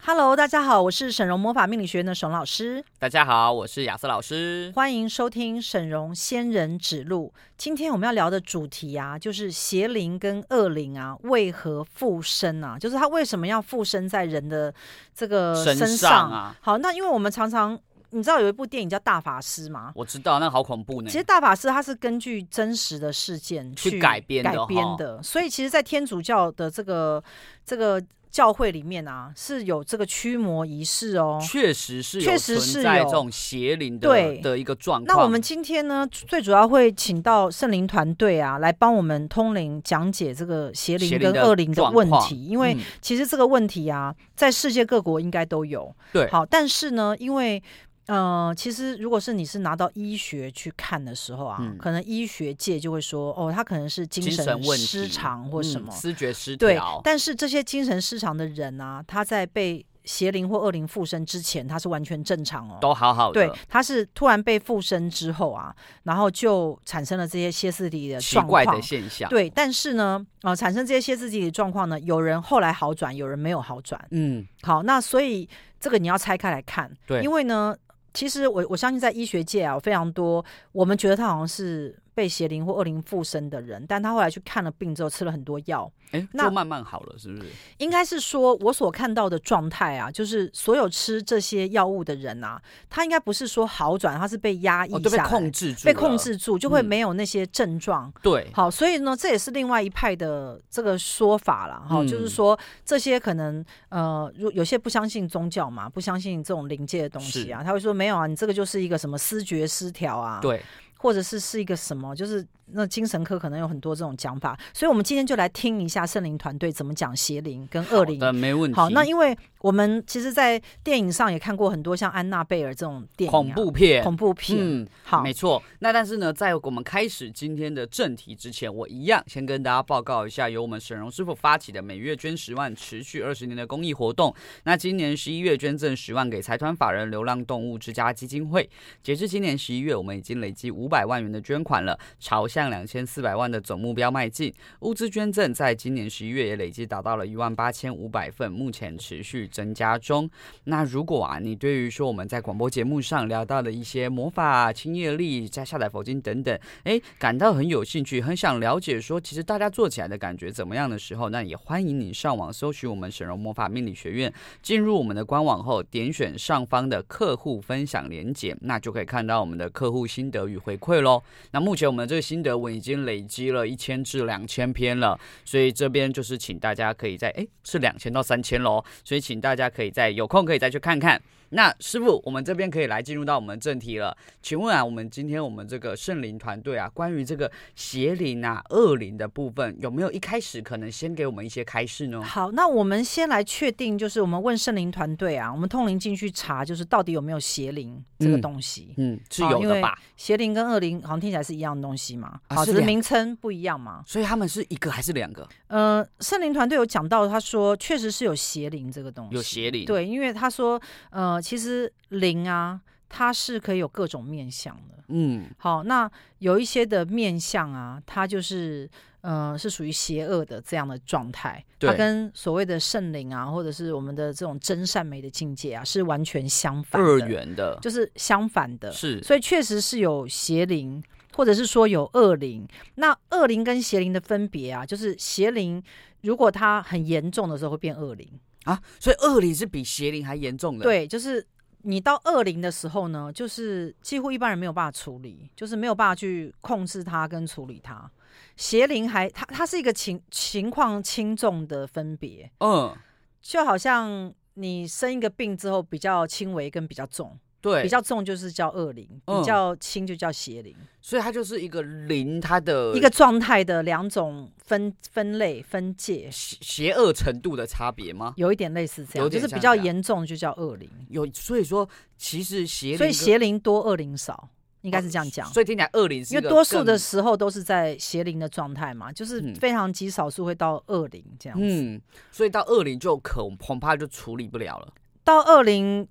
Hello，大家好，我是沈荣魔法命理学院的沈老师，大家好，我是亚瑟老师。欢迎收听沈荣仙人指路。今天我们要聊的主题啊，就是邪灵跟恶灵啊，为何附身啊？就是它为什么要附身在人的这个身呃上？上啊好，那因为我们常常，你知道有一部电影叫《大法师》吗？我知道那个好恐怖呢其，实大法师他是根据真实的事件嗯去去改编的改编哈的，所以其实，在天主教的这个这个教会里面啊，是有这个驱魔仪式哦。确实是确有实是存在有这种邪灵对的的一个状况。那我们今天呢，最主要会请到圣灵团队啊，来帮我们通灵讲解这个邪灵邪跟灵的恶灵的状问况题，因为嗯其实这个问题啊，在世界各国应该都有。对好，但是呢，因为呃，其实如果是你是拿到医学去看的时候啊，嗯可能医学界就会说，哦，他可能是精精神问题失常或什么嗯。思觉失对调，，但是这些精神失常的人啊，他在被邪灵或恶灵附身之前，他是完全正常哦。都好好的对，，他是突然被附身之后啊，然后就产生了这些歇斯底里的奇状怪况。的现象。对，但是呢，呃，产生这些歇斯底里的状况呢，有人后来好转，有人没有好转。嗯，好，那所以这个你要拆开来看，对因为呢，其实我我相信在医学界啊，有非常多我们觉得他好像是被邪灵或恶灵附身的人，但他后来去看了病之后，吃了很多药，哎，那就慢慢好了，是不哦是？应该是说我所看到的状态啊，就是所有吃这些药物的人啊，他应该不是说好转，他是被压抑哦，下对，被来、控制住，被控。制住，就会嗯没有那些症状。对，好，所以呢，这也是另外一派的这个说法啦。哈、就是嗯说这些可能呃，如有些不相信宗教嘛，不相信这种灵界的东西啊，他会说没有啊，你这个就是一个什么思觉失调啊，，对，或者是是一个什么，就是那精神科可能有很多这种讲法，所以我们今天就来听一下圣灵团队怎么讲邪灵跟恶灵。但没问题。好，那因为我们其实，在电影上也看过很多像安娜贝尔这种电影、恐怖片，啊恐怖片，嗯，好没，错，那但是呢，在我们开始今天的正题之前，我一样先跟大家报告一下，由我们沈荣师傅发起的每月捐十万、持续二十年的公益活动。那今年十一月捐赠十万给财团法人流浪动物之家基金会，截至今年十一月，我们已经累积五百万元的捐款了，朝向两千四百万的总目标迈进。物资捐赠在今年十一月也累计达到了一万八千五百份，目前持续增加中。那如果啊，你对于说我们在广播节目上聊到的一些魔法、清业力、加下载佛经等等，哎，感到很有兴趣，很想了解说，其实大家做起来的感觉怎么样的时候，那也欢迎你上网搜寻我们沈荣魔法命理学院，进入我们的官网后，点选上方的客户分享连结，那就可以看到我们的客户心得与回馈喽。那目前我们这个心得文已经累积了一千至两千篇了，所以这边就是请大家可以在哎是两千到三千喽，所以请大家可以在有空可以再去看看。那师傅，我们这边可以来进入到我们正题了。请问啊，我们今天我们这个圣灵团队啊，关于这个邪灵啊、恶灵的部分，有没有一开始可能先给我们一些开示呢？好，那我们先来确定，就是我们问圣灵团队啊，我们通灵进去查，就是到底有没有邪灵这个嗯东西。嗯，是好有因的为吧？邪灵跟恶灵好像听起来是一样的东西嘛，啊好，只是是两个名称不一样嘛。所以他们是一个还是两个？呃，圣灵团队有讲到，他说确实是有邪灵这个东西，有邪灵，，对，因为他说，呃，其实灵啊，它是可以有各种面相的。嗯，好，那有一些的面相啊，它就是呃是属于邪恶的这样的状态，它对跟所谓的圣灵啊，或者是我们的这种真善美的境界啊，是完全相反的，二元的，就是相反的。是所以确实是有邪灵，或者是说有恶灵。那恶灵跟邪灵的分别啊，就是邪灵如果它很严重的时候会变恶灵，啊，所以恶灵是比邪灵还严重的。，对，就是你到恶灵的时候呢，就是几乎一般人没有办法处理，就是没有办法去控制它跟处理它。邪灵还它它是一个情情况轻重的分别，嗯，就好像你生一个病之后比较轻微跟比较重，对，比较重就是叫恶灵，比嗯较轻就叫邪灵，所以它就是一个灵，它的一个状态的两种分分类分界，邪邪恶程度的差别吗？有一点类似这样，有就点是比像较这样严重就叫恶灵，有，所以说其实邪灵所以跟邪灵多恶灵少，应该是这样讲。所以听起来恶灵是因一为个多数更的时候都是在邪灵的状态嘛，就是嗯非常极少数会到恶灵这样子。嗯，所以到恶灵就可恐怕就处理不了了。到恶灵，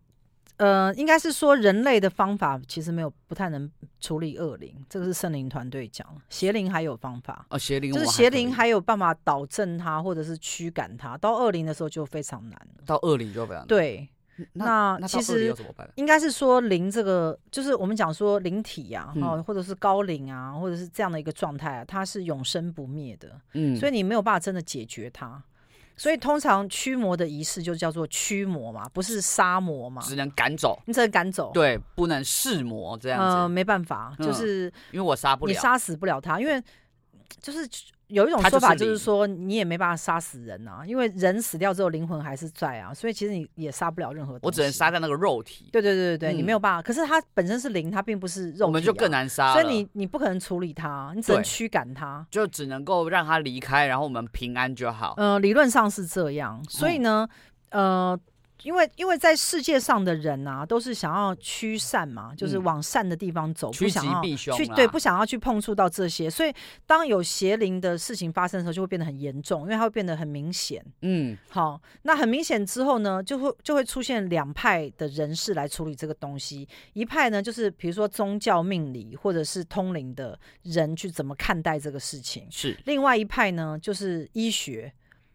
呃，应该是说人类的方法其实没有不太能处理恶灵，这个是圣灵团队讲，邪灵还有方法，哦，邪灵就是我邪可灵以还有办法导正它或者是驱赶它，到恶灵的时候就非常难了。到恶灵就不了。，对，嗯那那那其到恶灵实要怎么办？应该是说灵这个，就是我们讲说灵体呀、嗯啊，哦，或者是高灵啊，或者是这样的一个状态啊，它是永生不灭的，嗯，所以以你没有办法真的解决它。所以通常驱魔的仪式就叫做驱魔嘛，不是杀魔嘛，只能赶走，你只能赶走。对，不能弑魔这样呃，子，没办法，嗯就是因为我杀不你了。杀死不了他，因为就是有一种他就说是法，就是灵说你也没办法杀死人啊，因为人死掉之后灵魂还是在啊，所以其实你也杀不了任何东西。我只能杀。掉那个肉体，对对对对对，你嗯没有办法。可是它本身是灵，它并不是肉、啊我们就更。难杀所了。以你你不可能处理它，你只能对驱赶它。就只能够让他离开，然后我们平安就好。嗯呃，理论上是这样，所以呢，呃，因为因为在世界上的人啊，都是想要驱散嘛，就是嗯往善的地方走，不趋想吉要避凶啊去啦对不想要去碰触到这些，所以当有邪灵的事情发生的时候，就会变得很严重，因为它会变得很明显。嗯，好，那很明显之后呢，就会就会出现两派的人士来处理这个东西。一派呢，就是比如说宗教命理或者是通灵的人去怎么看待这个事情。是另外一派呢，就是医学。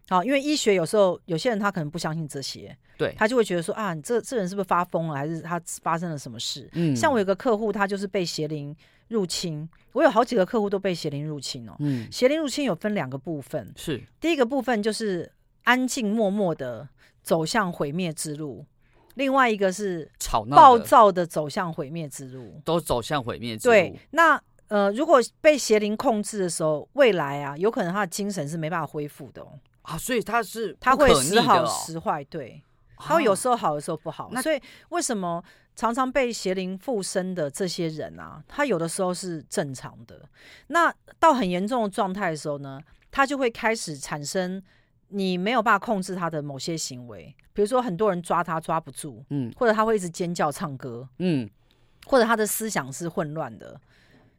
好，因为医学有时候有些人他可能不相信这些，对他就会觉得说啊，你这这人是不是发疯了，还是他发生了什么事？嗯像我有个客户，他就是被邪灵入侵，我有好几个客户都被邪灵入侵哦。嗯邪灵入侵有分两个部分，是第一个部分就是安静默默的走向毁灭之路，另外一个是吵闹暴的躁的走向毁灭之路。都走向毁灭之对路，，那呃，如果被邪灵控制的时候，未来啊，有可能他的精神是没办法恢复的、哦，啊，所以他是他不会可逆时的好哦时坏，对，啊他会有时候好，有时候不好。那所以为什么常常被邪灵附身的这些人啊，他有的时候是正常的，那到很严重的状态的时候呢，他就会开始产生你没有办法控制他的某些行为，比如说很多人抓他抓不住，嗯或者他会一直尖叫唱歌，嗯或者他的思想是混乱的，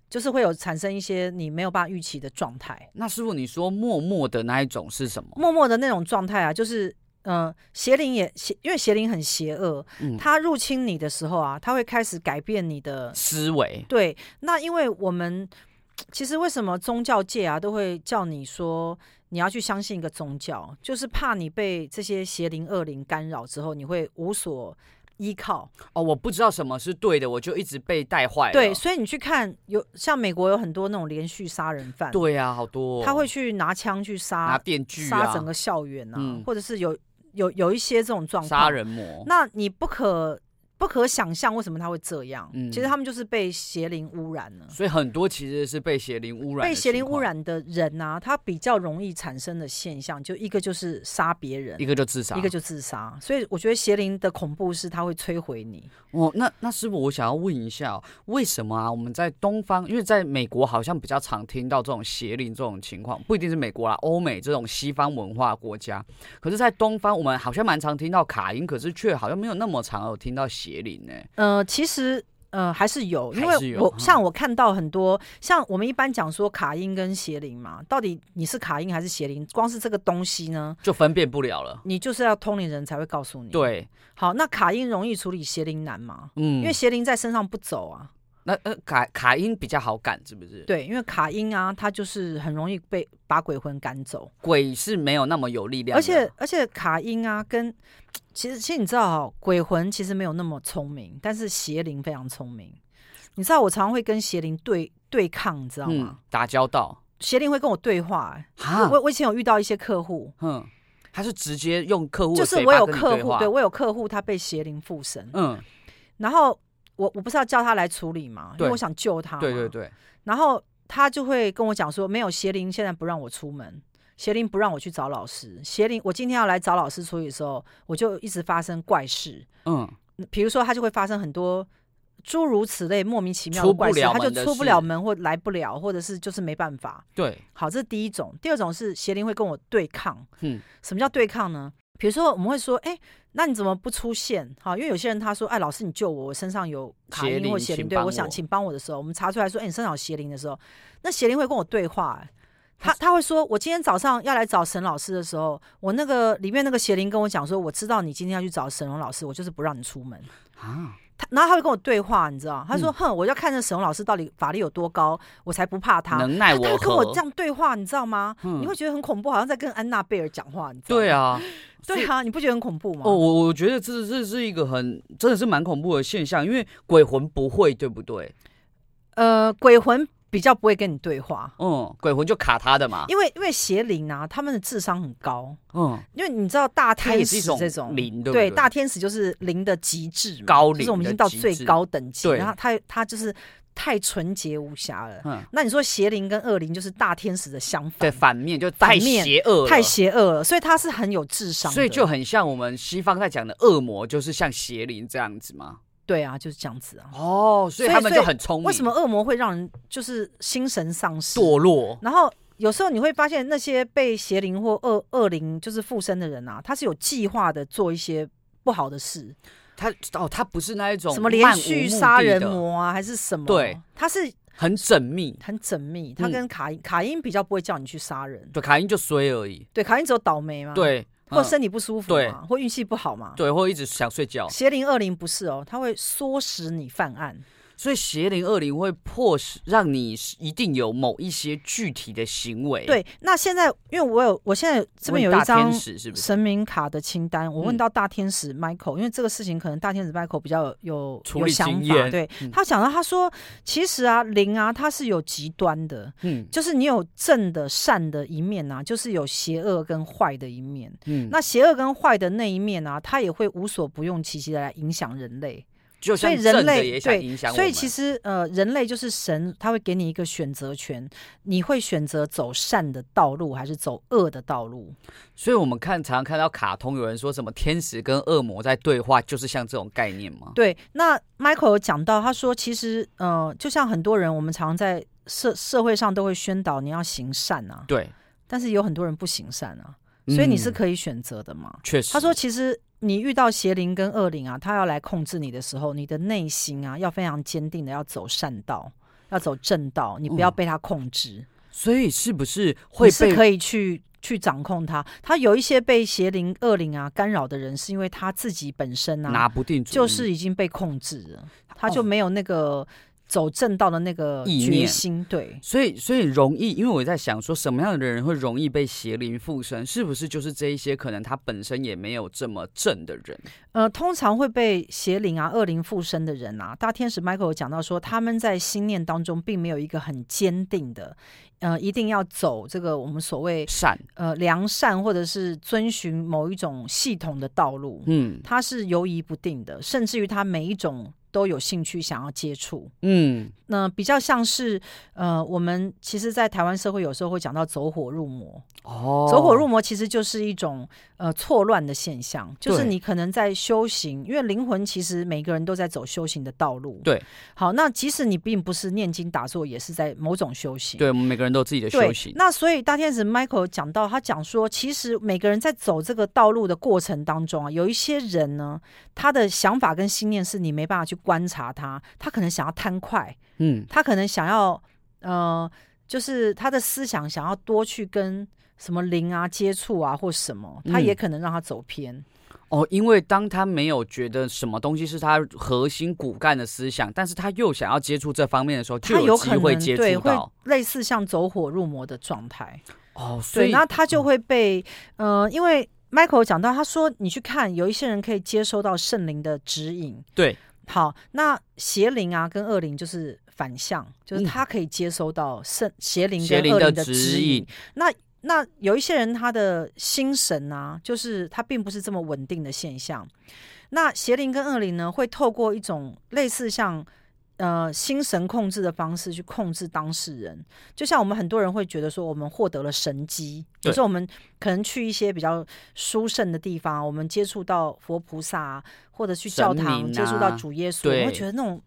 就是会有产生一些你没有办法预期的状态。那师傅，你说默默的那一种是什么？默默的那种状态啊，就是呃，邪灵也邪，因为邪灵很邪恶，嗯，它入侵你的时候啊，它会开始改变你的。思维，对，那因为我们其实为什么宗教界啊都会叫你说你要去相信一个宗教，就是怕你被这些邪灵恶灵干扰之后，你会无所依靠。哦，我不知道什么是对的，我就一直被带坏了。对，所以你去看有像美国有很多那种连续杀人犯，对啊，好多哦、他会去拿枪去拿杀电锯杀啊，整个校园啊，嗯或者是有有有一些这种状况。杀，人魔。那你不可不可想象为什么他会这样？嗯其实他们就是被邪灵污染了。所以很多其实是被邪灵污嗯染，被邪灵污，染的人啊，他比较容易产生的现象，就一个就是杀别人一，个就自杀，一个就自杀。所以我觉得邪灵的恐怖是它会摧毁你。哦，那那师傅，我想要问一下哦、为什么啊？我们在东方，因为在美国好像比较常听到这种邪灵这种情况，不一定是美国啦，欧美这种西方文化国家，可是，在东方我们好像蛮常听到卡因，可是却好像没有那么常有听到邪灵呢、呃，其实呃还是有，因还是为有我哈像我看到很多，像我们一般讲说卡因跟邪灵嘛，到底你是卡因还是邪灵，光是这个东西呢，就分辨不了了。你就是要通灵人才会告诉你。，对，好，那卡因容易处理，邪灵难嘛？嗯，因为邪灵在身上不走啊，那呃卡卡因比较好赶，是不是？，对，因为卡因啊，它就是很容易被把鬼魂赶走，鬼是没有那么有力量的，而且而且卡因啊，跟其实其实你知道、哦，鬼魂其实没有那么聪明，但是邪灵非常聪明。你知道我常常会跟邪灵对对抗，你知道吗？嗯，打交道邪灵会跟我对话、欸。哈，我我以前有遇到一些客户，嗯，他是直接用客户的就是嘴我巴有跟你客对户，话对我有客户，他被邪灵附身，嗯，然后我我不是要叫他来处理嘛，因为对我想救他，对对，对，然后他就会跟我讲说，没有邪灵现在不让我出门。邪灵不让我去找老师，邪灵我今天要来找老师处理的时候，我就一直发生怪事，嗯。嗯比如说他就会发生很多诸如此类莫名其妙的出不怪事，了他就门的出不了事门或来不了，或者是就是没办法。对，好，这是第一种。第二种是邪灵会跟我对抗。嗯什么叫对抗呢？比如说我们会说，哎、那你怎么不出现？好，因为有些人他说，哎，老师你救我，我身上有卡邪因或灵邪灵，请对帮我想我请帮我的时候，我们查出来说，哎、你身上有邪灵的时候，那邪灵会跟我对话、哎他他会说，我今天早上要来找沈老师的时候，我那个里面那个邪灵跟我讲说，我知道你今天要去找沈荣老师，我就是不让你出门。啊，他然后他会跟我对话，你知道？他说：“嗯哼，我要看这沈荣老师到底法力有多高，我才不怕他。”能耐他我会跟我何这？样对话，你知道吗？嗯你会觉得很恐怖，好像在跟安娜贝尔讲话，你知道吗？对，啊，对啊，你不觉得很恐怖吗？哦，我我觉得这这是一个很真的是蛮恐怖的现象，因为鬼魂不会，对不对？呃，鬼魂比较不会跟你对话，嗯，鬼魂就卡他的嘛，因为因为邪灵啊，他们的智商很高，嗯，因为你知道大它也天是一使种这种灵，对不对大天使就是灵的极致嘛，高就是我们已灵的经到极最致高等级，对然后他他就是太纯洁无瑕了。嗯，那你说邪灵跟恶灵就是大天使的相反，对，反面就反太面邪恶了，太邪恶了，所以他是很有智商的，所以就很像我们西方在讲的恶魔，就是像邪灵这样子嘛。对啊，就是这样子啊。哦，所所以以他们所以就很聪明，为什么恶魔会让人就是心神丧失？堕落？然后有时候你会发现，那些被邪灵或恶恶灵就是附身的人啊，他是有计划的做一些不好的事，他哦，他不是那一种什么漫连无续目的杀人的，魔啊，还是什么？对，他是很缜密。很缜密。他嗯跟卡因、卡因比较不会叫你去杀人，对，卡因就衰而已。对，卡因只有倒霉嘛，，对，啊或嗯身体不舒服对嘛，或运气不好嘛。对，或一直想睡觉，邪灵恶灵不是哦，他会唆使你犯案。所以邪灵恶灵会迫使让你一定有某一些具体的行为。，对，那现在因为我有，我现在这边有一大张天使是不是神明卡的清单，我问嗯到大天使 Michael，、因为这个事情可能大天使 Michael 比较有处有理想经法，验对、嗯他讲到他说，其实啊灵啊它是有极端的，嗯就是你有正的善的一面啊，就是有邪恶跟坏的一面。嗯，那邪恶跟坏的那一面啊，它也会无所不用其极的来影响人类。嗯就所像以人正的类也想对影响我所以们，其实呃，人类就是神，他会给你一个选择权，你会选择走善的道路还是走恶的道路？所以我们看常常看到卡通有人说什么天使跟恶魔在对话，就是像这种概念吗？对，那 Michael 有讲到，他说其实呃，就像很多人，我们常在社社会上都会宣导你要行善啊，对，但是有很多人不行善啊，所以你是嗯可以选择的嘛。确实，他说，其实你遇到邪灵跟恶灵啊，他要来控制你的时候，你的内心啊要非常坚定的要走善道。要走正道，你不要嗯被他控制，所以是不是你会是被可以去去掌控他。他有一些被邪灵、恶灵啊干扰的人，是因为他自己本身啊拿不定主意？就是已经被控制了，他就哦没有那个走正道的那个意决念心。对，所以，所以容易，因为我在想说，什么样的人会容易被邪灵附身？是不是就是这一些可能他本身也没有这么正的人？呃，通常会被邪灵啊、恶灵附身的人啊，大天使 Michael 有讲到说，他们在心念当中并没有一个很坚定的，呃，一定要走这个我们所谓善，呃良善或者是遵循某一种系统的道路，嗯他是犹疑不定的，甚至于他每一种都有兴趣想要接触。嗯，那比较像是，呃，我们其实，在台湾社会有时候会讲到走火入魔，哦，走火入魔其实就是一种呃错乱的现象，就是对你可能在修行，因为灵魂其实每个人都在走修行的道路。对，好，那即使你并不是念经打坐，也是在某种修行。对，我们每个人都有自己的对。修行，那所以大天使 Michael 有讲到，他讲说，其实每个人在走这个道路的过程当中啊，有一些人呢，他的想法跟信念是你没办法去观察他，他可能想要贪快，嗯，他可能想要，呃，就是他的思想想要多去跟什么灵啊接触啊，或什么，他也嗯可能让他走偏。哦，因为当他没有觉得什么东西是他核心骨干的思想，但是他又想要接触这方面的时候，他就有机可会能接对触会到。类似像走火入魔的状态，哦，所对，以那他就会被，呃，因为 Michael 有讲到，他说你去看，有一些人可以接收到圣灵的指引，对，好，那邪灵啊跟恶灵就是反向，就是嗯他可以接收到圣邪灵邪跟灵恶的灵的指指引引，，那有一些人他的心神啊，就是他并不是这么稳定的现象。那邪灵跟恶灵呢，会透过一种类似像呃心神控制的方式去控制当事人。就像我们很多人会觉得说，我们获得了神机，有对时候我们可能去一些比较殊胜的地方，我们接触到佛菩萨、啊，或者去教神堂、明接触到啊主耶稣，对我会觉得那种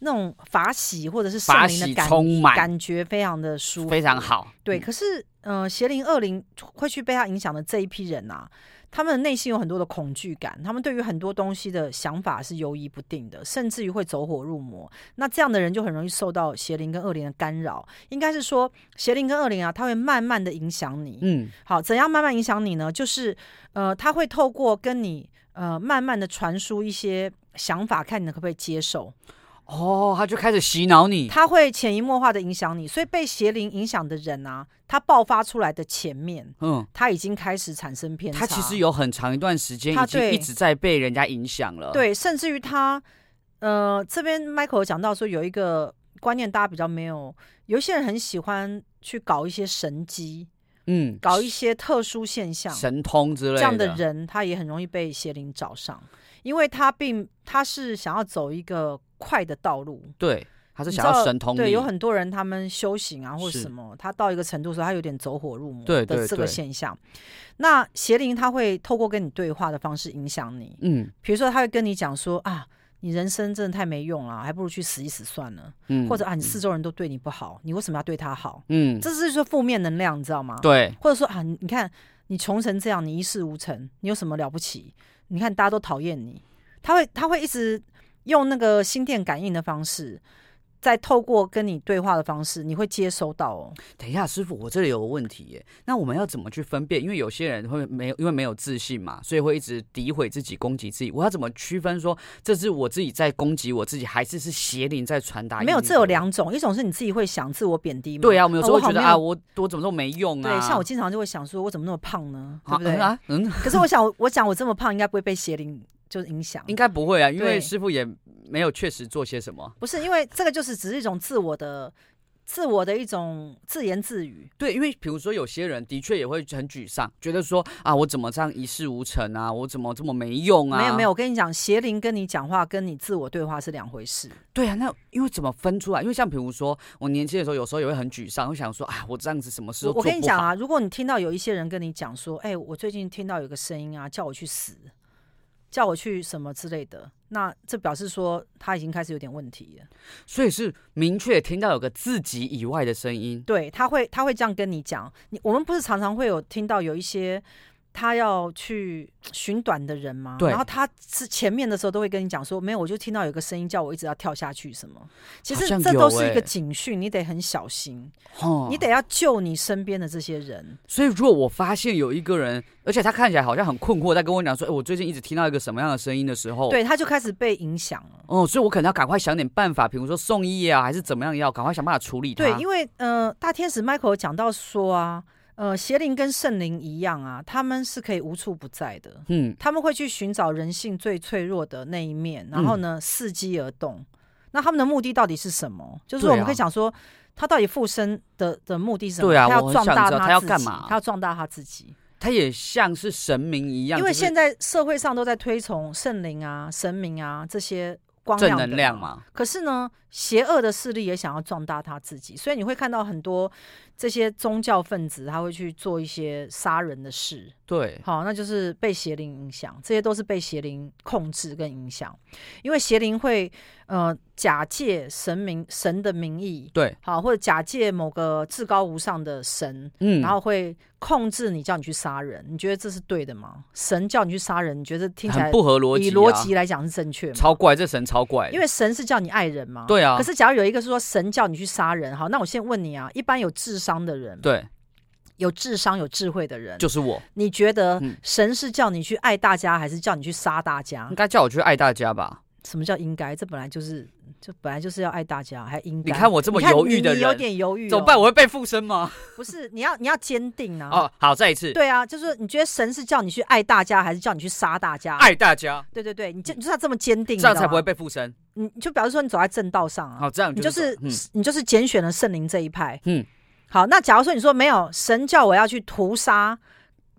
那种法喜或者是圣法灵喜的感充满，感觉非常的舒服，非常好。对，嗯，可是呃邪灵恶灵会去被他影响的这一批人啊，他们内心有很多的恐惧感，他们对于很多东西的想法是犹疑不定的，甚至于会走火入魔。那这样的人就很容易受到邪灵跟恶灵的干扰。应该是说邪灵跟恶灵啊，它会慢慢的影响你。嗯，好，怎样慢慢影响你呢？就是呃，他会透过跟你呃慢慢的传输一些想法，看你可不可以接受。哦，他就开始洗脑你，他会潜移默化的影响你，所以被邪灵影响的人啊，他爆发出来的前面，嗯，他已经开始产生偏差。他其实有很长一段时间他已经对一直在被人家影响了，，对，甚至于他，呃，这边 Michael 有讲到说有一个观念，大家比较没有，有一些人很喜欢去搞一些神机，嗯，搞一些特殊现象，神通之类这样的人他也很容易被邪灵找上，因为他并他是想要走一个快的道路，对，他是你想知要道神通力，对，有很多人他们修行啊，或者是什么，他到一个程度的时候，他有点走火入魔对对的这个对现象。那邪灵他会透过跟你对话的方式影响你，嗯比如说他会跟你讲说啊，你人生真的太没用了，还不如去死一死算了，嗯，或者啊，你四周人都对你不好，你为什么要对他好？嗯，这是说负面能量，你知道吗？对，或者说啊，你你看你穷成这样，你一事无成，你有什么了不起？你看大家都讨厌你，他会他会一直用那个心电感应的方式，再透过跟你对话的方式，你会接收到哦。等一下，师傅，我这里有个问题耶。那我们要怎么去分辨？因为有些人会没有，因为没有自信嘛，所以会一直诋毁自己、攻击自己。我要怎么区分说这是我自己在攻击我自己，还是是邪灵在传达意念给我？没有，这有两种，一种是你自己会想自我贬低嘛，对啊，我们有时候我会好觉得没有啊，我我怎么都没用啊。对，像我经常就会想说，我怎么那么胖呢？对啊不对？ 嗯啊，嗯，可是我想， 我讲我这么胖，应该不会被邪灵就是影响，应该不会啊，因为对师傅也没有确实做些什么。不是因为这个就是只是一种自我的。自我的一种自言自语，对，因为比如说有些人的确也会很沮丧，觉得说啊，我怎么这样一事无成啊，我怎么这么没用啊？没有没有，，我跟你讲，邪灵跟你讲话跟你自我对话是两回事。对啊，那因为怎么分出来？因为像比如说，我年轻的时候，有时候也会很沮丧，会想说，啊，我这样子什么事我都我做跟你不讲好。啊，如果你听到有一些人跟你讲说，哎、我最近听到有个声音啊，叫我去死，叫我去什么之类的，那这表示说他已经开始有点问题了。所以是明确听到有个自己以外的声音。对，他会他会这样跟你讲。你我们不是常常会有听到有一些他要去寻短的人吗？对然后他是前面的时候都会跟你讲说，没有，我就听到有个声音叫我一直要跳下去什么。其好实像这有都是一欸个警讯，你得很小心。哦你。得要救你身边的这些人，所以如果我发现有一个人，而且他看起来好像很困惑，在跟我讲说，哎、我最近一直听到一个什么样的声音的时候，，对，他就开始被影响了。哦，所以我可能要赶快想点办法，比如说送医啊，还是怎么样，要赶快想办法处理它。对，因为呃，大天使 Michael 有讲到说啊，呃，邪灵跟圣灵一样啊，他们是可以无处不在的，嗯，他们会去寻找人性最脆弱的那一面，然嗯后呢，伺机而动。那他们的目的到底是什么？就是对我们啊可以讲说，他到底附身的的目的是什么？对啊他要我很壮想大知道他他要自干己嘛他要壮大他自己。他也像是神明一样，因为就是现在社会上都在推崇圣灵啊、神明啊这些光正亮的能量嘛，可是呢，邪恶的势力也想要壮大他自己，所以你会看到很多这些宗教分子，他会去做一些杀人的事。对，好，那就是被邪灵影响，这些都是被邪灵控制跟影响，因为邪灵会呃假借神明神的名义，对，好或者假借某个至高无上的神，嗯，然后会控制你，叫你去杀人。你觉得这是对的吗？神叫你去杀人，你觉得听起很来不合逻辑、以啊，逻辑来讲是正确吗？超怪，这神超怪的，因为神是叫你爱人嘛。、对啊，可是假如有一个说神叫你去杀人，好，那我先问你啊，一般有智商的人，对，有智商、有智慧的人，就是我，你觉得嗯神是叫你去爱大家，还是叫你去杀大家应？该叫我去爱大家吧？什么叫应该？这本来就是，就本来就是要爱大家，还应该。你看我这么你看犹豫你的你有人点犹豫、哦，怎么办？？我会被附身吗？不是，你要你要坚定啊。哦，好，再一次，对啊，就是你觉得神是叫你去爱大家，还是叫你去杀大家？爱大家，对对对，你就你就是要这么坚啊定，这样才不会被。被附身。你就表示说你走在正道上啊，好，这样你就是说嗯你就是拣选了圣灵这一派。嗯，好，那假如说你说没有神叫我要去屠杀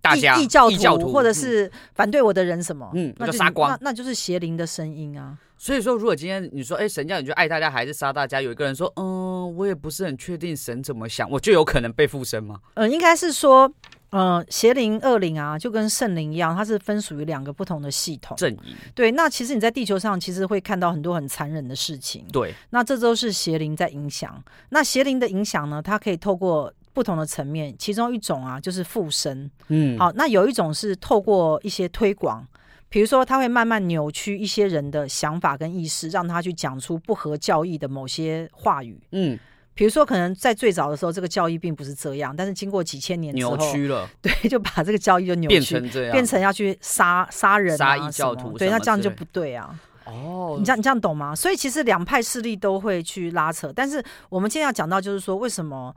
大异家异教异教徒或者是反对我的人什么，嗯那那就就杀光那那就是邪灵的声音啊。所以说，如果今天你说，哎，神叫你去爱大家还是杀大家，有一个人说，嗯，我也不是很确定神怎么想，我就有可能被附身吗？嗯、应该是说，呃，邪灵、恶灵啊，就跟圣灵一样，它是分属于两个不同的系统。阵营，对，那其实你在地球上其实会看到很多很残忍的事情。对，那这都是邪灵在影响。那邪灵的影响呢，它可以透过不同的层面，其中一种啊就是附身，嗯，好，那有一种是透过一些推广，比如说他会慢慢扭曲一些人的想法跟意识，让他去讲出不合教义的某些话语。嗯，比如说，可能在最早的时候，这个教义并不是这样，但是经过几千年之后，扭曲了， 对，就把这个教义就扭变曲，成这样，变成要去杀杀人、啊、杀异教徒什么对，什么那这样之就类不对啊。哦，你这样你这样懂吗？所以其实两派势力都会去拉扯，但是我们今天要讲到就是说，为什么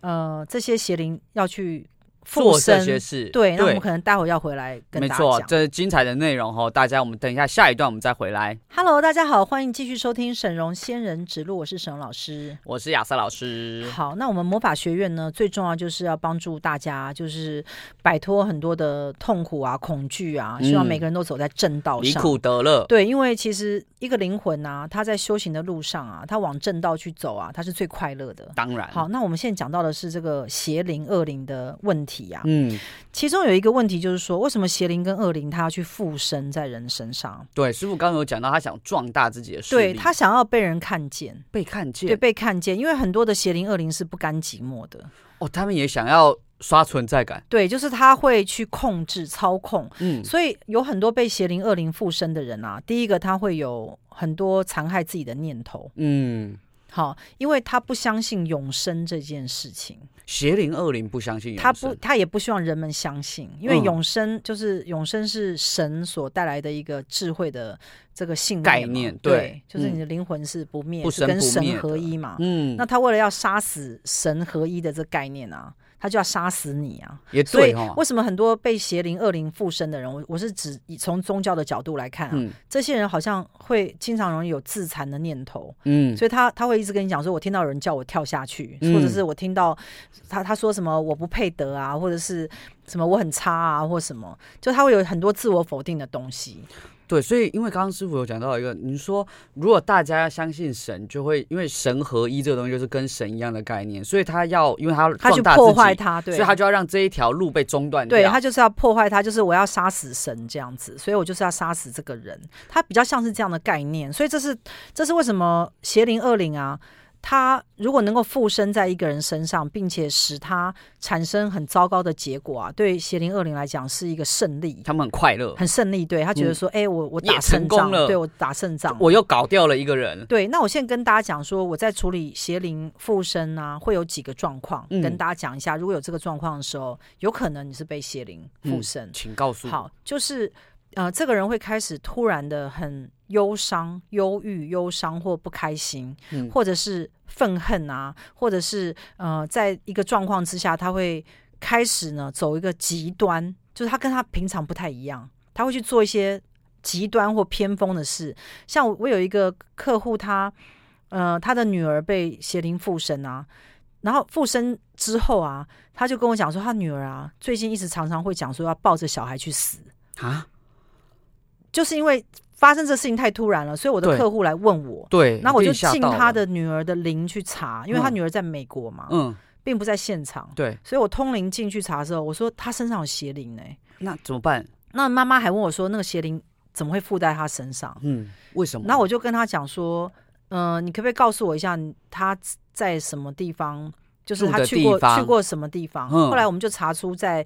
呃这些邪灵要去附做这身？些事，对，那我对们可能待会要回来跟没大错家，讲。这是精彩的内容哦，大家我们等一下下一段我们再回来。 Hello，大家好，欢迎继续收听沈荣仙人指路，我是沈荣老师。我是亚瑟老师，好，那我们魔法学院呢，最重要就是要帮助大家，就是摆脱很多的痛苦啊、恐惧啊，希望嗯每个人都走在正道离上。苦得乐，对，因为其实一个灵魂啊，他在修行的路上啊，他往正道去走啊，他是最快乐的。当然，好，，那我们现在讲到的是这个邪灵、恶灵的问题啊。嗯，其中有一个问题就是说，为什么邪灵跟恶灵他要去附身在人身上？啊对，师傅刚刚有讲到他想壮大自己的势对力，他想要被人看见，被看对见，被看见，因为很多的邪灵恶灵是不甘寂寞的，哦，他们也想要刷存在感，对，就是他会去控制、操控，嗯，所以有很多被邪灵恶灵附身的人啊，第一个他会有很多残害自己的念头，嗯，好，因为他不相信永生这件事情，邪灵恶灵不相信永啊他不生，他也不希望人们相信，因为嗯永生就是永生是神所带来的一个智慧的这个信念概嘛念对对，就是嗯你的灵魂是不灭，不是生跟不灭神的合一嘛。嗯那，他为了要杀死神合一的这概念啊，他就要杀死你啊。也所以对哈，为什么很多被邪灵恶灵附身的人，我我是指以从宗教的角度来看啊，嗯这些人好像会经常容易有自残的念头，嗯，所以他他会一直跟你讲说，我听到有人叫我跳下去，嗯或者是我听到他他说什么我不配得啊，或者是什么我很差啊，或什么，就他会有很多自我否定的东西。对，所以因为刚刚师傅有讲到一个，你说如果大家要相信神，就会因为神合一这个东西就是跟神一样的概念，所以他要因为他要他去壮大破自己坏他，对，所以他就要让这一条路被中断掉。对他就是要破坏他，就是我要杀死神这样子，所以我就是要杀死这个人。他比较像是这样的概念，所以这是这是为什么邪灵恶灵啊，他如果能够附身在一个人身上，并且使他产生很糟糕的结果啊，对邪灵恶灵来讲是一个胜利，他们很快乐，很胜利。对他觉得说，哎、我我打嗯也成胜功仗了对我打胜仗，我又搞掉了一个人。对，那我现在跟大家讲说，我在处理邪灵附身啊，会有几个状况，嗯跟大家讲一下。如果有这个状况的时候，有可能你是被邪灵附嗯身。请告诉我，好，就是呃，这个人会开始突然的很忧伤、忧郁、忧伤或不开心，嗯或者是愤恨啊，或者是呃，在一个状况之下，他会开始呢走一个极端，就是他跟他平常不太一样，他会去做一些极端或偏锋的事。像我我有一个客户，他呃，他的女儿被邪灵附身啊。然后附身之后啊，他就跟我讲说，他女儿啊，最近一直常常会讲说要抱着小孩去死，啊，就是因为发生这事情太突然了，所以我的对客户来问我，对，那我被就你吓进到他了，的女儿的灵去查，因为他嗯女儿在美国嘛，嗯，并不在现场，对，所以我通灵进去查的时候，我说他身上有邪灵呢、那怎么办？那妈妈还问我说，那个邪灵怎么会附在他身上？嗯，为什么？那我就跟他讲说，嗯、你可不可以告诉我一下他在什么地方？就是住他的去过地方去过什么地方？嗯后来我们就查出在。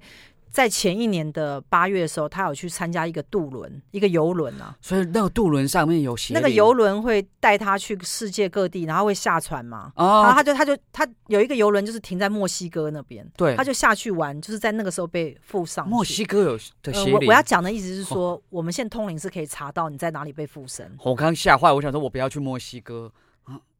在前一年的八月的时候，他有去参加一个渡轮，一个游轮啊，所以那个渡轮上面有邪那个灵游轮会带他去世界各地，然后会下船嘛。然后哦，他就他就他有一个游轮，就是停在墨西哥那边，对他，就下去玩，就是在那个时候被附上去。墨西哥哦有的呃邪我灵。我要讲的意思是说，我们现在通灵是可以查到你在哪里被附身。我刚吓坏，我想说，我不要去墨西哥，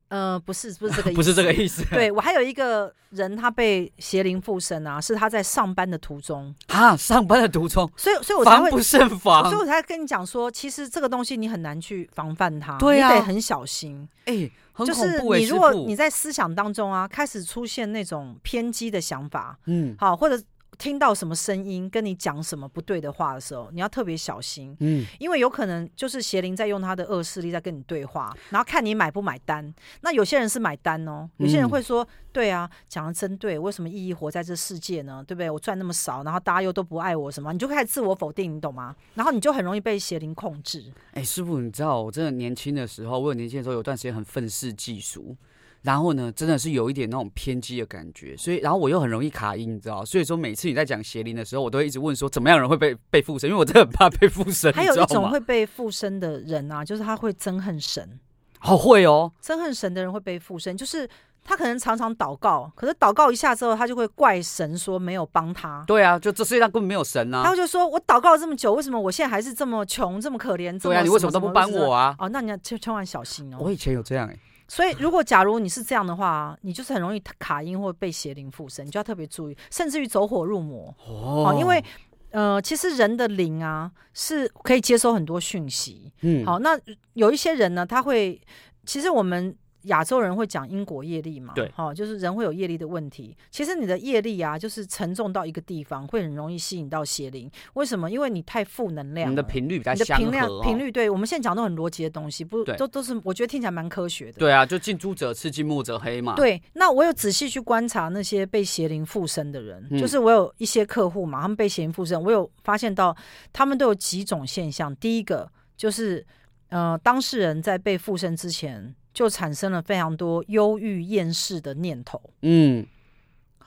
呃，不是，不是这 个意思，不是这个意思。对我还有一个人，他被邪灵附身啊，是他在上班的途中，啊，上班的途中所以所以我才防会，不胜所以防。我才跟你讲说，其实这个东西你很难去防范它，对啊你得很小心。哎，很就恐是怖哎，你师如果傅你在思想当中啊，开始出现那种偏激的想法，嗯好，或者听到什么声音跟你讲什么不对的话的时候，你要特别小心。嗯，因为有可能就是邪灵在用他的恶势力在跟你对话，然后看你买不买单。那有些人是买单哦，有些人嗯会说：“对啊，讲的真对，为什么意义活在这世界呢？对不对？我赚那么少，然后大家又都不爱我什么，你就开始自我否定，你懂吗？然后你就很容易被邪灵控制。哎，师傅，你知道我真的年轻的时候，我有年轻的时候有段时间很愤世嫉俗，然后呢，真的是有一点那种偏激的感觉，所以然后我又很容易卡音，你知道，所以说每次你在讲邪灵的时候，我都会一直问说怎么样人会被被附身，因为我真的很怕被附 身，还有 一你知道种吗会被附身的人啊，就是他会憎恨神，好会哦，憎恨神的人会被附身，就是他可能常常祷告，可是祷告一下之后，他就会怪神说没有帮他。对啊，就这世界上根本没有 神啊他，就说：“我祷告了这么久，为什么我现在还是这么穷，这么可怜？这对啊，你为什么都不帮我啊啊？”？哦，那你要千千万小心哦。我以前有这样哎、所以，如果假如你是这样的话，你就是很容易卡音或被邪灵附身，你就要特别注意，甚至于走火入魔。哦哦，因为呃，其实人的灵啊是可以接收很多讯息。嗯好，那有一些人呢，他会，其实我们。亚洲人会讲因果业力嘛？对好、就是人会有业力的问题。其实你的业力啊，就是沉重到一个地方，会很容易吸引到邪灵。为什么？因为你太负能量了，你的频率比较啊你的相频量合、哦，频率，对我们现在讲都很逻辑的东西，不对都都是我觉得听起来蛮科学的。对啊，就近朱者赤，近墨者黑嘛，对，那我有仔细去观察那些被邪灵附身的人，嗯就是我有一些客户嘛，他们被邪灵附身，我有发现到他们都有几种现象。第一个就是，呃，当事人在被附身之前就产生了非常多忧郁、厌世的念头，嗯，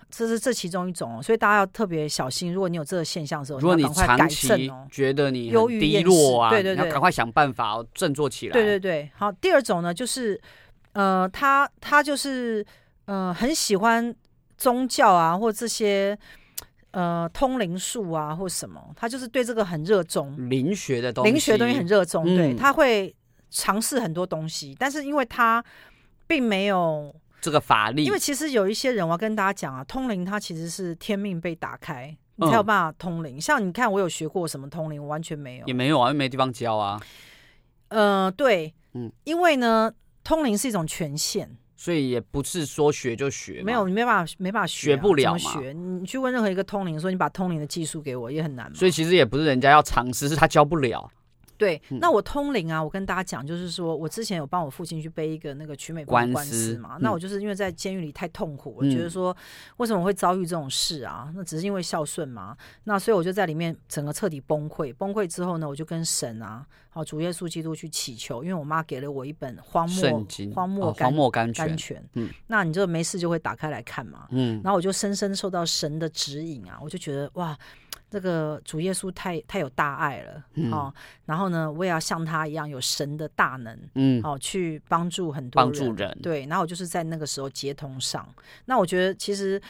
这是这其中一种哦，所以大家要特别小心。如果你有这个现象的时候，如果你你要赶快长改期正哦。觉得你忧很郁低厌落啊，世对对你要对赶快想办法哦振作起来。对对对，好。第二种呢，就是呃，他他就是呃，很喜欢宗教啊，或这些呃通灵术啊，或什么，他就是对这个很热衷，灵学的东西，灵学东西很热衷，对，嗯他会尝试很多东西，但是因为他并没有，这个法力，因为其实有一些人，我要跟大家讲啊，通灵它其实是天命被打开。你才有嗯办法通灵，像你看，我有学过什么通灵，我完全没有也。没有啊，又没地方教啊，呃，对，嗯因为呢，通灵是一种权限，所以也不是说学就学嘛，没有，你没办法，没办法学啊、学不了嘛怎么学？你去问任何一个通灵说你把通灵的技术给我，也很难嘛。所以其实也不是人家要尝试，是他教不了对，嗯那我通灵啊，我跟大家讲，就是说我之前有帮我父亲去背一个那个曲美官官官司司嘛，嗯那我就是因为在监狱里太痛苦，我嗯觉得说为什么会遭遇这种事啊？那只是因为孝顺嘛，那所以我就在里面整个彻底崩溃。崩溃之后呢，我就跟神啊，好主耶稣基督去祈求，因为我妈给了我一本荒漠圣经、荒漠哦甘荒漠甘甘泉，泉，嗯那你就没事就会打开来看嘛，嗯，然后我就深深受到神的指引啊，我就觉得哇，这个主耶稣太太有大爱了，嗯哦，然后呢，我也要像他一样有神的大能，嗯，哦，去帮助很多帮助人对，然后我就是在那个时候接通上，那我觉得其实。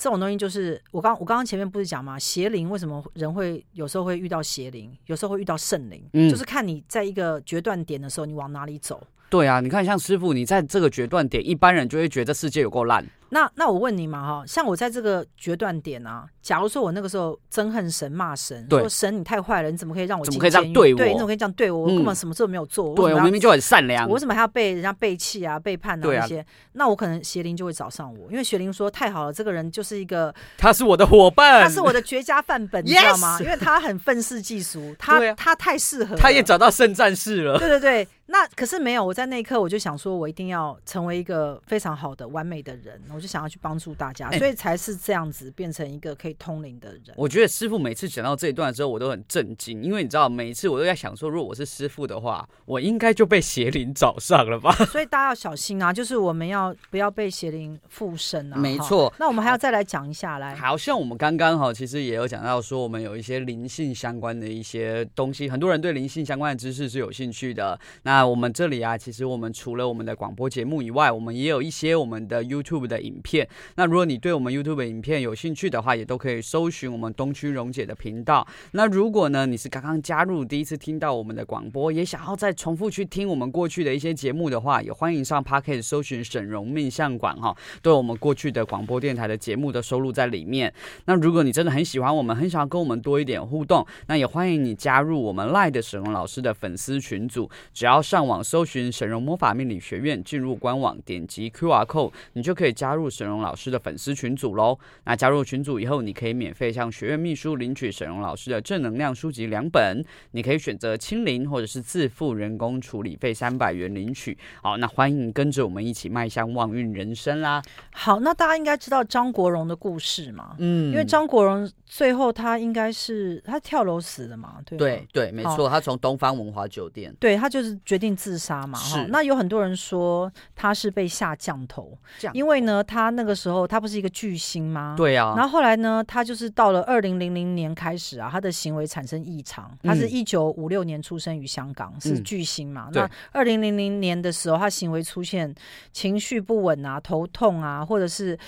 这种东西就是我刚我刚刚前面不是讲嘛，邪灵为什么人会有时候会遇到邪灵，有时候会遇到圣灵，嗯就是看你在一个决断点的时候，你往哪里走。对啊，你看像师傅，你在这个决断点，一般人就会觉得世界有够烂，那那我问你嘛哈，像我在这个决断点啊，假如说我那个时候憎恨神骂神，对说神你太坏了，你怎么可以让我怎么进可以这样监狱对我对，你怎么可以这样对我？我根本嗯什么事都没有做，我为对什我么明要明就很善良我，为什么还要被人家背弃啊、背叛啊对啊那些？那我可能邪灵就会找上我，因为邪灵说太好了，这个人就是一个他是我的伙伴，他是我的绝佳范本，你知道吗？ Yes！因为他很愤世嫉俗，他、对啊他太适合了，他也找到圣战士 了，对对对，那可是没有，我在那一刻我就想说，我一定要成为一个非常好的、完美的人，我就想要去帮助大家，哎所以才是这样子变成一个可以通灵的 人。我觉得师傅每次讲到这一段的时候，我都很震惊，因为你知道，每一次我都在想说，如果我是师傅的话，我应该就被邪灵找上了吧？所以大家要小心啊，就是我们要不要被邪灵附身啊？没哈。错。那我们还要再来讲一下，来，好像我们刚刚哈，其实也有讲到说，我们有一些灵性相关的一些东西，很多人对灵性相关的知识是有兴趣的。那我们这里啊，其实我们除了我们的广播节目以外，我们也有一些我们的 YouTube 的影片。那如果你对我们 YouTube 的影片有兴趣的话，也都可以搜寻我们东区荣姐的频道。那如果呢，你是刚刚加入，第一次听到我们的广播，也想要再重复去听我们过去的一些节目的话，也欢迎上 p o c k e t 搜寻沈荣命相馆哈，都有我们过去的广播电台的节目的收录在里面。那如果你真的很喜欢我们，很想要跟我们多一点互动，那也欢迎你加入我们赖的沈荣老师的粉丝群组，只要上网搜寻沈荣魔法命理学院，进入官网点击 Q R code，你就可以加入沈荣老师的粉丝群组喽。那加入群组以后，你可以免费向学院秘书领取沈荣老师的正能量书籍两本，你可以选择清零或者是自付人工处理费三百元领取。好，那欢迎跟着我们一起迈向旺运人生啦。好，那大家应该知道张国荣的故事嘛？嗯因为张国荣最后他应该是他跳楼死的嘛，对吗哦对对，没错，他从东方文华酒店。对他就是决定定自杀嘛，哈是。那有很多人说他是被下降头，降因为呢，他那个时候他不是一个巨星吗？。对啊，然后后来呢，他就是到了二零零零年开始啊，他的行为产生异常。他是嗯一九五六年出生于香港，是嗯巨星嘛？对那二零零零年的时候，他行为出现情绪不稳啊、头痛啊，或者是。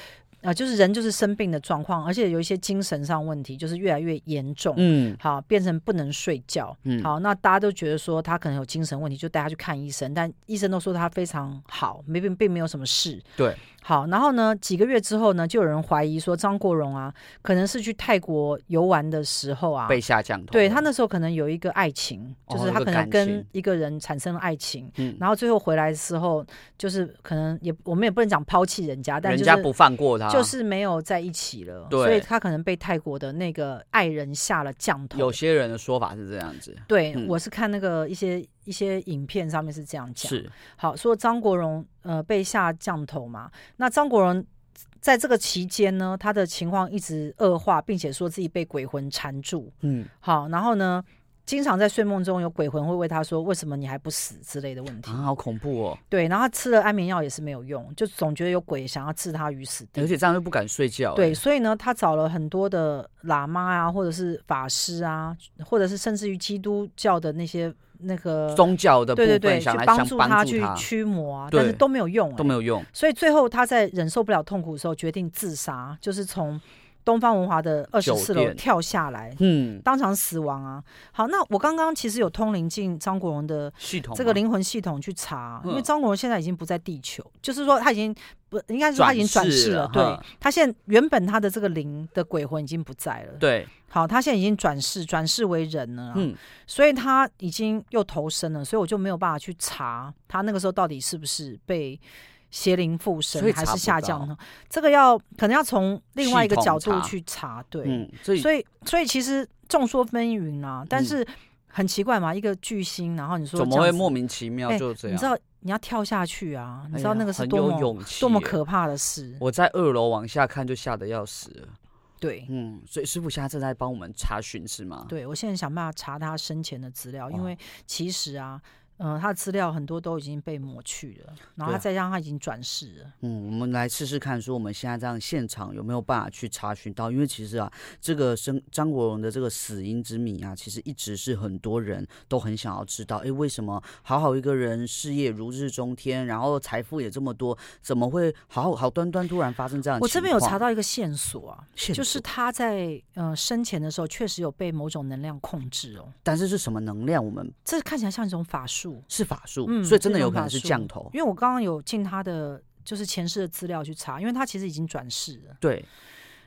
呃，就是人就是生病的状况，而且有一些精神上问题，就是越来越严重。嗯好，变成不能睡觉。嗯，好，那大家都觉得说他可能有精神问题，就带他去看医生，但医生都说他非常好，没并并没有什么事。对，好，然后呢，几个月之后呢，就有人怀疑说张国荣啊，可能是去泰国游玩的时候啊，被下降头，对他那时候可能有一个爱情，哦就是有他个可能感跟情一个人产生了爱情，嗯然后最后回来的时候，就是可能也我们也不能讲抛弃人家，但人就家是不放过他，就是没有在一起了，对所以他可能被泰国的那个爱人下了降头。有些人的说法是这样子，对，嗯我是看那个一些一些影片上面是这样讲。是好，说张国荣呃被下降头嘛，那张国荣。在这个期间呢，他的情况一直恶化，并且说自己被鬼魂缠住。嗯好，然后呢，经常在睡梦中有鬼魂会为他说：“为什么你还不死？”之类的问题。啊，好恐怖哦，对，然后他吃了安眠药也是没有用，就总觉得有鬼想要置他于死地而。且这样就不敢睡觉，对，哎，所以呢，他找了很多的喇嘛啊，或者是法师啊，或者是甚至于基督教的那些那个欸宗教的部对对对，分去想来帮想助帮助去他驱魔啊，但是对都没有用、都欸没有用，所以最后他在忍受不了痛苦的时候，决定自杀，就是从东方文华的二十酒四楼店跳下来，嗯，当场死亡啊。好，那我刚刚其实有通灵进张国荣的 系统啊这个吗灵魂系统去查，因为嗯张国荣现在已经不在地球，就是说他已经不应该说他已经转转世世了，了嗯对哈他现在原本他的这个灵的鬼魂已经不在了，对，好，他现在已经转世转世为人了、啊，嗯所以他已经又投生了，所以我就没有办法去查他那个时候到底是不是被。邪灵附所身以还查是不下降到呢？这个要可能要从另外一个系统角度查去查，对，嗯，所以所以所以其实众说纷纭啊，但嗯是很奇怪嘛，一个巨星，然后你说怎这么样会子莫名其妙哎就这你样？知道你要跳下去啊，你哎知道呀那个是很多有么勇气，多么。可怕的事，我在二楼往下看就吓得要死了，对。嗯，所以师傅现在正在帮我们查询是吗？对，我现在想办法查他生前的资料，因哇为其实啊，呃，他的资料很多都已经被抹去了，然后对他啊再加上他已经转世了，嗯，我们来试试看，说我们现在这样现场有没有办法去查询到？因为其实啊，这个生张国荣的这个死因之谜啊，其实一直是很多人都很想要知道。诶，为什么好好一个人事业如日中天，然后财富也这么多，怎么会好好好端端突然发生这样的我这边有查到，到一个线索啊，线就是索，他在呃生前的时候确实有被某种能量控制哦，但是是什么能量？我们这看起来像一种法术，是法术，嗯所以真是的一种有可法能是术降头。因为我刚刚有进他的就是前世的资料去查，因为他其实已经转世了，对，